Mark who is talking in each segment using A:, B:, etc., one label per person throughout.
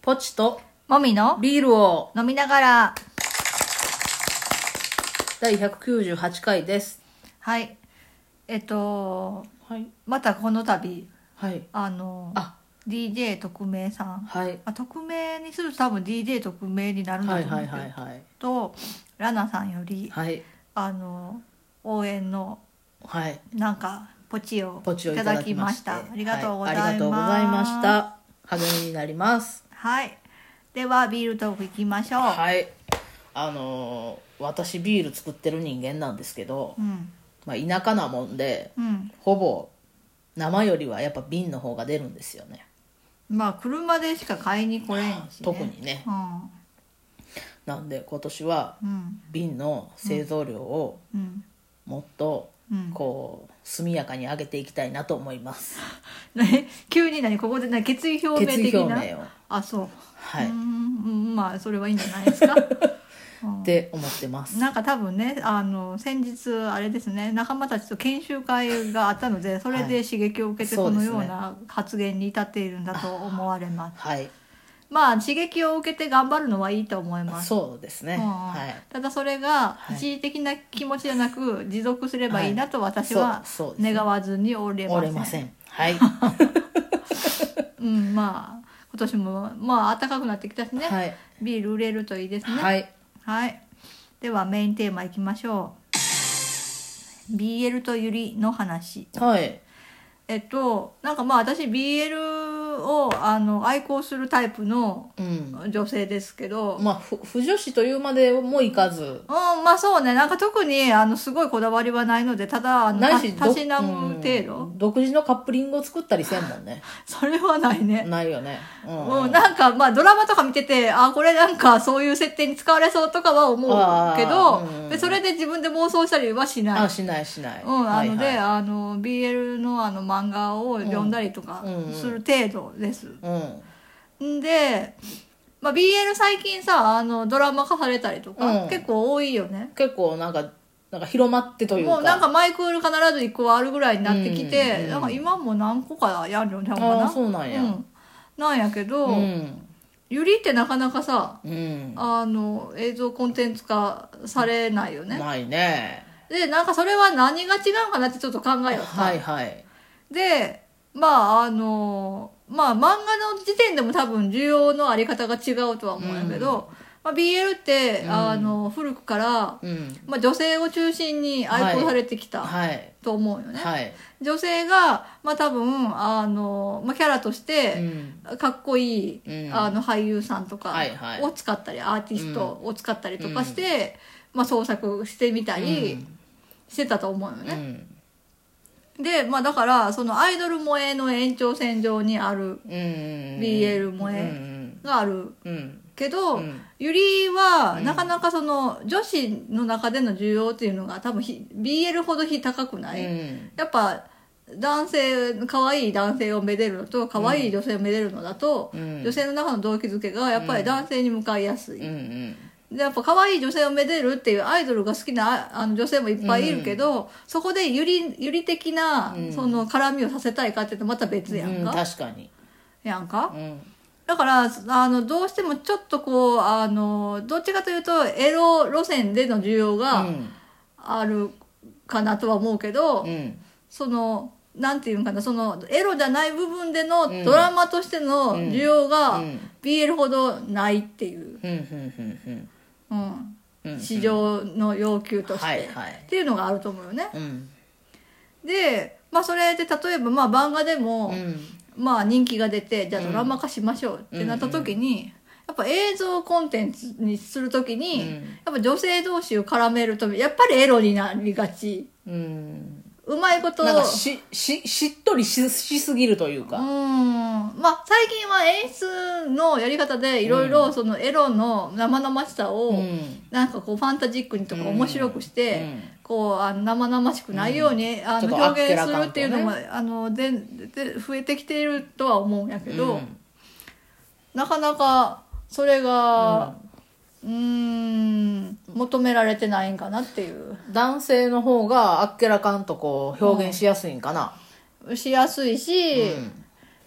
A: ポチと
B: もみの
A: ビールを
B: 飲みながら、
A: 第198回です。
B: はい。えっと、
A: はい。
B: またこの度、
A: はい。
B: あの、
A: あ、
B: DJ 特命さん。
A: はい。
B: まあ、匿名にすると多分 DJ 特命になるんだ
A: はい
B: と思う
A: は
B: け
A: い
B: ど、
A: はいはい。
B: と、ラナさんより、
A: はい。
B: あの、応援の、
A: はい。
B: なんか、ポチを
A: ポチを
B: い
A: い
B: た
A: た
B: だ
A: だ
B: き
A: き
B: ま
A: ま
B: し
A: して。
B: た。ありがとうございます。
A: はありがとうございまし。た。励みになります。
B: はい。では、ビールトーク行きましょう。
A: はい。あのー私ビール作ってる人間なんですけど、
B: うん。
A: まあ、田舎なもんで、
B: うん。
A: ほぼ生よりはやっぱ瓶の方が出るんですよね。
B: まあ、車でしか買いに来れんし、ね。
A: 特。にね。
B: うん。
A: なんで今年は
B: うん。
A: 瓶の製造量を
B: うん。
A: もっと
B: うん
A: こう速やかに上げていきたいなと思います。
B: 何 急に何ここで何決意表明
A: 決意
B: 的
A: 表
B: な
A: 明を。
B: あそう、
A: は
B: うー
A: い。
B: んまあそれはいいんじゃないで すかうん
A: って思ってます。
B: なんか多分ねあの先日あれですね仲間たちと研修会があったのでそれで刺激を受けて
A: そ
B: こ
A: うで
B: の
A: すね
B: ような発言に至っているんだと思われます
A: はい。
B: まあ刺激を受けて頑張るのはいいと思います
A: そうですね。
B: うん
A: はい。
B: ただそれが
A: はい
B: 一時的な気持ちじゃなく持続すればいいなと私は
A: そうそうですね
B: 願わずにおれま
A: 折れ
B: せん
A: ません。はい。
B: うん、まあ今年もまあ暖かくなってきたしね、
A: はい。
B: ビール売れるといいですねはい、
A: はい。
B: ではメインテーマいきましょう BL とゆりの話
A: はい。
B: えっとなんかまあ私 BL をあの愛好するタイプの
A: うん。
B: 女性ですけど、
A: まあ、ふ不女子というまでもいかず、
B: うん、まあそうねなんか特にあのすごいこだわりはないのでただあの
A: ない
B: た
A: し、
B: たしな
A: ど
B: む程度、
A: うん独自のカップリングを作ったりせんもんね。
B: それはないね、
A: ないよね。うん。
B: うん、なんかまあドラマとか見ててあこれなんかそういう設定に使われそうとかは思うけ
A: あーうん
B: どでそれで自分で妄想したりはしない
A: あ、。しないしない。
B: うん、あ
A: はい
B: ので、
A: はい
B: あの BL のあの漫画を読んだりとか
A: うんうん
B: する程度です。
A: うん。
B: んで、まあ、BL 最近さあのドラマ化されたりとか、
A: うん
B: 結構多いよね。
A: 結構なんか、なんか広まってというか。
B: もうなんかマイクール必ず1個はあるぐらいになってきて、
A: うんうん
B: なんか今も何個かやんのちゃうか
A: あ
B: な
A: あ、そうなんや。
B: うん、なんやけど、
A: うん。
B: ゆりってなかなかさ
A: うん。
B: あの映像コンテンツ化されないよね。
A: ないね。
B: でなんかそれは何が違うかなってちょっと考えよった、
A: はいはい。
B: でまああのまあ漫画の時点でも多分需要のあり方が違うとは思うんやけど、まあ、BL って、あの古くから、
A: うん。
B: まあ、女性を中心に愛好されてきた
A: はい。
B: と思うよね。
A: はい。
B: 女性が、まあ、多分あの、まあ、キャラとし
A: う
B: て、
A: ん。
B: かっこいい、
A: うん
B: あの俳優さんとか
A: はいはい
B: を使ったり、アーティストを使ったりとかして、まあ、創作してみた
A: う
B: り
A: ん
B: してたと思うよね。
A: うん。
B: で、まあ、だからそのアイドル萌えの延長線上にある
A: うん。BL
B: BL 萌え
A: うん。
B: がある
A: うん。
B: けど、
A: うん
B: ゆりはなかなかその女子の中での需要っていうのが多分ひ BL ほど比高くない、
A: うん。
B: やっぱ男性可愛い男性をめでるのと可愛い女性をめでるのだと、
A: うん
B: 女性の中の動機づけがやっぱり男性に向かいやすい、
A: うんうん。
B: でやっぱ可愛い女性をめでるっていうアイドルが好きなああの女性もいっぱいいるけど、そこでゆりゆり的な、
A: うん
B: その絡みをさせたいかっていうとまた別やん
A: うん
B: か、
A: 確かに。
B: やんか
A: うん。
B: だからあのどうしてもちょっとこうあのどっちかというとエロ路線での需要
A: う
B: が
A: ん。
B: あるかなとは思うけど、
A: うん。
B: そのなんていうんかなそのエロじゃない部分でのドラマとしての需要が
A: うん
B: BL ほどないっていう、
A: うん。うん。うん。
B: うん
A: うん
B: 市場の要求として、
A: はいはい
B: っていうのがあると思うよね。
A: うん。
B: で、まあ、それで例えばまあ漫画でも
A: う、ん。
B: まあ、人気が出てじゃあドラマ化しましょうってなった時に、やっぱ映像コンテンツにする時に、
A: うん
B: やっぱ女性同士を絡めるとやっぱりエロになりがち。
A: うん。
B: うまいこと
A: なんかし、し、しっとりししすぎるという
B: う
A: か。
B: んまあ最近は演出のやり方でいろいろそのエロの生々しさ
A: う
B: を
A: ん。
B: なんかこうファンタジックにとか
A: うん
B: 面白くして、
A: うん
B: こうあの生々しくないように、あ
A: ちょっ
B: の
A: とあっ
B: 表
A: け
B: 現
A: ら
B: す
A: かんとね
B: るっていうのも、あのでで増えてきているとは思うんやけど、
A: うん
B: なかなかそれがうーん求められてないんかなっていう
A: 男性の方があっけらかんとこう表現しやすいんかな。
B: しやすいし、
A: うん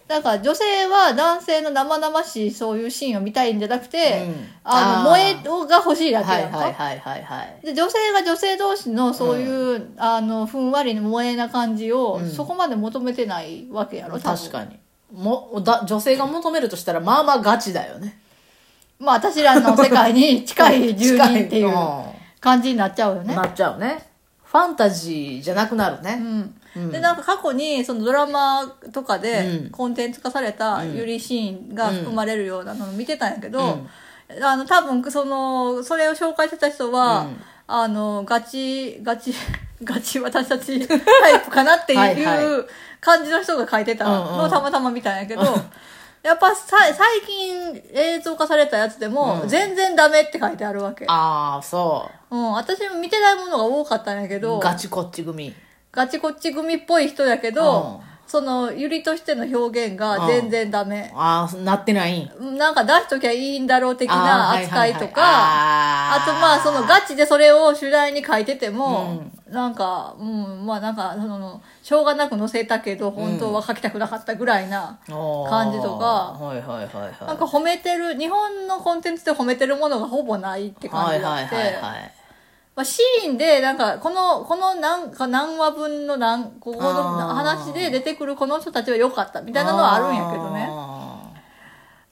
B: なんか女性は男性の生々しいそういうシーンを見たいんじゃなくて、
A: うん
B: あの
A: あ
B: 萌
A: ー
B: えが欲しいだけ
A: は
B: や
A: い
B: んか、
A: はいはいはいはい
B: で女性が女性同士のそういう、あのふんわりの萌えな感じを、
A: うん
B: そこまで求めてないわけやろ多分
A: 確かにもだ女性が求めるとしたらまあまあガチだよね
B: まあ私らの世界に 近い住人っていう
A: 近
B: 感じになっちゃうよ
A: うん
B: ね。
A: なっちゃうねファンタジーじゃなくなる
B: う
A: ね、
B: ん
A: うん
B: でなんか過去にそのドラマとか
A: う
B: で
A: ん
B: コンテンツ化されたユリシーンが含まれるようなのを見てたんやけど、
A: うん
B: あの多分そのそれを紹介してた人は、
A: うん
B: あのガチガチ ガチ私たちタイプかなっていう
A: はいは
B: 感じの人が書いてた
A: うん
B: の
A: う
B: を
A: ん
B: たまたま見たんやけど。やっぱさ最近映像化されたやつでも
A: うん
B: 全然ダメって書いてあるわけ、
A: ああそ
B: うん、私も見てないものが多かったんやけど
A: うガチこっち組
B: ガチこっち組っぽい人やけど、
A: うん
B: そのゆりとしての表現が全然ダメ、
A: ああなってないん
B: なんか出しときゃいいんだろう的な
A: あーは
B: 扱
A: い
B: い
A: はいはい
B: とかあ,、
A: あー
B: とまあそのガチでそれを主題に書いてても、なんかうんまあなんかそのしょうがなく載せたけど本当は書きたくなかったぐらいな、
A: おー
B: 感じとか
A: はいはいはいはい
B: なんか褒めてる日本のコンテンツで褒めてるものがほぼないって感
A: は
B: じ
A: いは
B: が
A: い
B: して、
A: はいはい
B: まあ、シーンでなんかこのこの何か何話分の何ここの
A: あー
B: 話で出てくるこの人たちは良かったみたいなのはあるんやけどね
A: ね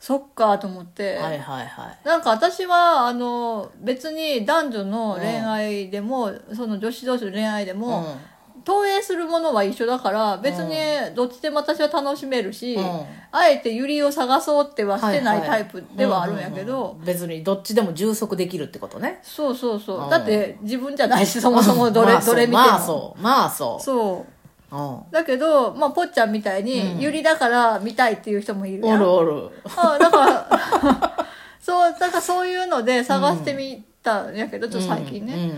B: そっかと思って、
A: はいはいはい
B: なんか私はあの別に男女の恋愛でも、その女子同士の恋愛でも、
A: うん
B: 投影するものは一緒だから別にどっちでも私は楽しめるし、
A: うん
B: あえてユリを探そうってはしてないタイプではあるんやけど。
A: ううう別にどっちでも充足できるってことね
B: そうそうそう、
A: うん
B: だって自分じゃないしそもそも どれ、
A: まあそう
B: どれ見ても、
A: まあそうまあそう
B: そう
A: う
B: だけど、まあ、ぽっちゃんみたいに、ユリだから見たいっていう人もいる
A: んお
B: やん。
A: るおる
B: あだから、 そう、なんかそういうので探してみたんやけど、ちょっと最近ね。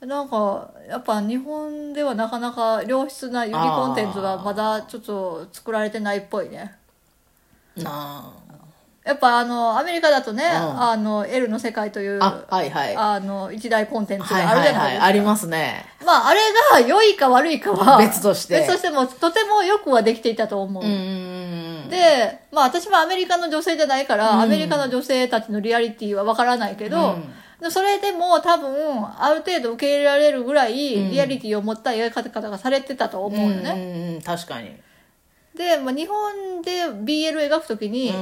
B: なんか、やっぱ日本ではなかなか良質なユリコンテンツがまだちょっと作られてないっぽいね。
A: うんな
B: やっぱあの、アメリカだとね、
A: ん
B: あの、L の世界という、
A: ああ
B: あ
A: はいはい
B: の、一大コンテンツ
A: はい
B: がある
A: は
B: じゃ
A: い
B: ない
A: は
B: で
A: い
B: すか。
A: ありますね
B: まあ、あれが良いか悪いかは、
A: 別として
B: 別としても、とてもよくはできていたと思う。
A: うんうん
B: で、まあ私もアメリカの女性じゃないから、
A: うん
B: アメリカの女性たちのリアリティはわからないけ
A: う
B: ど、
A: ん
B: でそれでも多分、ある程度受け入れられるぐらい、
A: うん
B: リアリティを持った描き方がされてたと思うよ
A: うん
B: ね。
A: うんうん確かに
B: で、まあ日本で BL 描くときに、
A: うん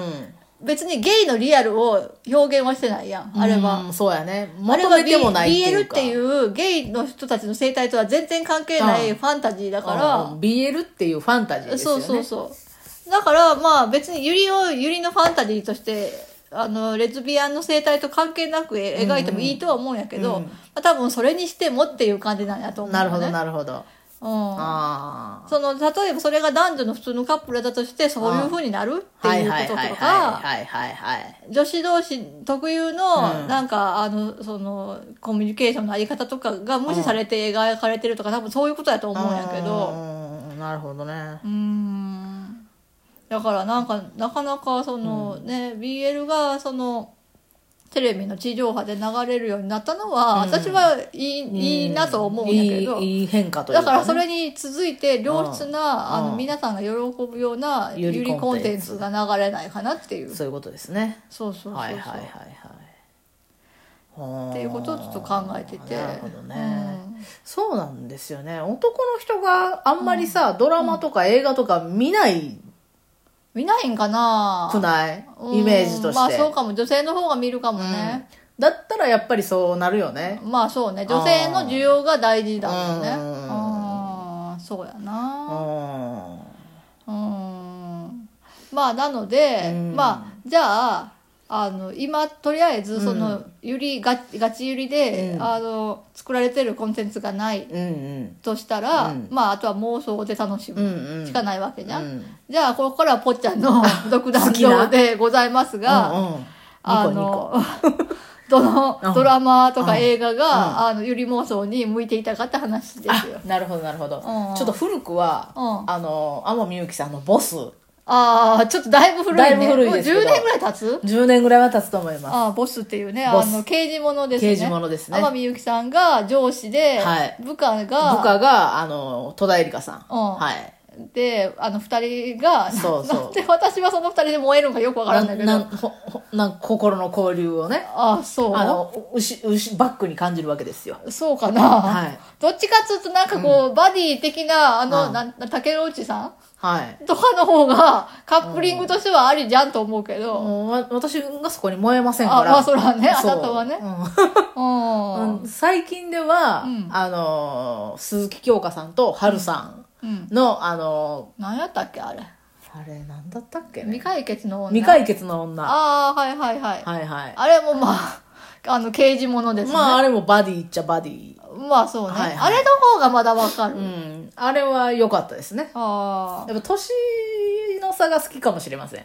B: 別にゲイのリアルを表現はしてないやん、あれは。
A: うんそうやね
B: あ
A: ま
B: れ
A: と
B: は
A: めてもない
B: BL って
A: う
B: いうゲイの人たちの生態とは全然関係ない
A: うん
B: ファンタジーだ
A: か
B: か
A: うんう
B: ら、
A: ん BL っていうファンタジーですよ
B: そう
A: ね
B: そうそうだからまあ別にユリをユリのファンタジーとしてあのレズビアンの生態と関係なくえ描いてもいいとは思うんやけど、
A: うんうん
B: まあ、多分それにしてもっていう感じなんやと思う、ね、
A: なるほどなるほど
B: うん
A: あ
B: その例えばそれが男女の普通のカップルだとしてそういう風になるっ
A: あ
B: て
A: はいいう
B: こ
A: はい
B: と
A: はい
B: とか
A: はいはいはい
B: 女子同士特有の、
A: うん
B: なんかあのそのコミュニケーションのあり方とかが無視されて描かれてるとか多分そういうことやと思うんやけど、
A: うんうんなるほどね
B: うーんだからなんかなかなかその、ね BL がそのテレビの地上波で流れるようになったのは、私はいい,、いいなと思うんやけど
A: いいいい変化という
B: だ
A: かね
B: からそれに続いて良質な、あ
A: う
B: の
A: ん
B: 皆さんが喜ぶような
A: ゆり
B: ゆり
A: コ
B: コ
A: ン
B: ン
A: テ
B: テ
A: ン
B: ン
A: ツ
B: ツが流れないかなっていう
A: そういうことですね
B: そうそうそうそう、
A: はいはいはいはい。
B: っていうことをちょっと考えてて
A: なるほどね、そうなんですよね男の人があんまりさ、ドラマとか映画とか見ない
B: うん見ないんかな
A: くない、
B: うん
A: イメージとして、
B: まあそうかも女性の方が見るかも
A: うん
B: ね、
A: だったらやっぱりそうなるよね、
B: まあそうね女性の需要が大事だもんね
A: う
B: うんんそうや
A: う
B: なんうんまあなので、
A: うん
B: まあじゃああの今とりあえずそうのゆりガチガチゆりで、
A: うん
B: あの作られてるコンテンツがない
A: うんうん
B: としたら、
A: うん
B: まああとは妄想で楽し
A: う
B: む
A: んうん
B: しかないわけじゃん、
A: うん
B: じゃあここからはぽっちゃんの 独断
A: 好きな
B: 上でございますが、
A: うんうん
B: あ
A: ニコニコ
B: の、 どの
A: うん
B: ドラマとか映画
A: うん
B: が、あの、ゆり妄想に向いていたかって話ですよ
A: あ。なるほどなるほど、
B: うんうん
A: ちょっと古くは、
B: うん
A: あの天海祐希さんの「ボス
B: ああ、ちょっとだいぶ古い
A: だ
B: ね。
A: いぶ古い
B: もう
A: ですけど
B: 10年ぐらい経つ」
A: 10年ぐらいは経つと思います
B: ああ、ボスっていうね、あ
A: ボス
B: の、刑事物ですね。
A: 刑事ものですね
B: 天海祐希さんが上司で
A: はい、
B: 部下が、
A: 部下があの戸田恵梨香さん、
B: うん
A: はい
B: であの2人が
A: そうそう
B: なんで私はその2人で燃えるのかよくわからんだけ
A: な
B: ど
A: んほほなん心の交流をね
B: あそう
A: あの牛牛バックに感じるわけですよ
B: そうかな、
A: はい
B: どっちかっつうとなんかこう、バディ的なあ
A: う
B: の、
A: ん
B: なん竹野内さ
A: はい
B: んとかの方がカップリングとしてはありじゃんと思うけど、
A: もうわ私がそこに燃えませんか
B: あ
A: ら
B: まあそれはねあ
A: そう
B: なたはね
A: うん
B: うん、うん
A: 最近では、
B: うん
A: あのー鈴木京香さんと春さんの、あの
B: 何やったっけあれ
A: ーあれなんだったっけ
B: 未
A: ね
B: 解決の女
A: 未解決の女は
B: ああはいはいはい、
A: いはい
B: あれもまあ あの刑事ものですね、
A: まあ
B: ま
A: あ
B: あ
A: れもバディっちゃバディ
B: そうね、
A: はいはい
B: あれの方がまだわかる、
A: うんあれは良かったですね
B: あ
A: やっぱ年の差が好きかもしれません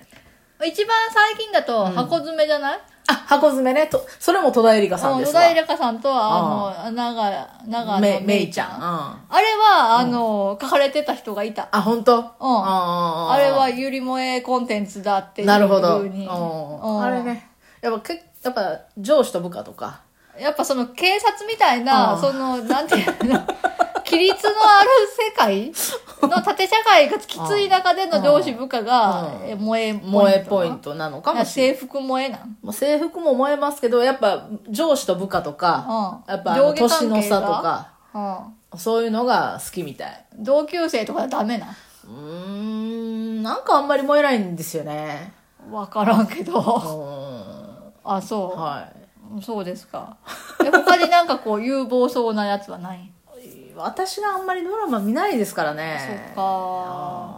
B: あ一番最近だと箱詰めじゃない、
A: あ箱詰めねとそれも戸田恵梨香さん
B: う
A: で
B: ん、野
A: すわ
B: 田エレカさんとはあの長長
A: めめ
B: 野め
A: い
B: い
A: ち
B: ち
A: ゃ
B: ゃ
A: ん、うん
B: ん、
A: あ
B: あれはあの、書かれてた人がいた
A: 本当うん
B: あれはゆりもえコンテンツだっていう
A: なるほど
B: ふうに
A: う
B: うんん
A: あれねやっぱけやっぱ上司と部下とか
B: やっぱその警察みたいな、
A: うん
B: その、なんていうの、規律のある世界 の縦社会がきつい中での上司部下が、
A: うん
B: え萌え、
A: 萌えポイントなのかもしれない
B: 制服萌えなん。
A: もう制服も燃えますけどやっぱ上司と部下とか、
B: うん
A: やっぱあの
B: 上下
A: 年
B: 関係が
A: の差とかそういうのが好きみたい
B: うん同級生とかダメな
A: うーんなんかあんまり燃えないんですよね
B: ん。わからんけ
A: う
B: ど。
A: ん
B: あ、そう、
A: は
B: そうですか。で他になんかこう、有望そうなやつはない。
A: い私があんまりドラマ見ないですからね
B: そっか。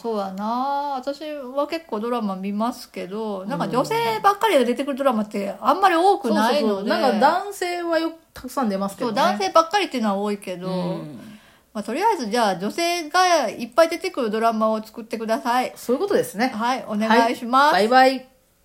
B: そうやな私は結構ドラマ見ますけどなんか女性ばっかりが出てくるドラマってあんまり多く
A: そう
B: な
A: そう
B: い
A: そ
B: の
A: う
B: で
A: なんか男性はよくたくさん出ますけ
B: そ
A: ど、
B: う
A: ね、
B: 男性ばっかりっていうのは多いけど、
A: うん
B: まあ、とりあえずじゃあ女性がいっぱい出てくるドラマを作ってください
A: そういうことですね
B: はいお願いします、
A: バイバイ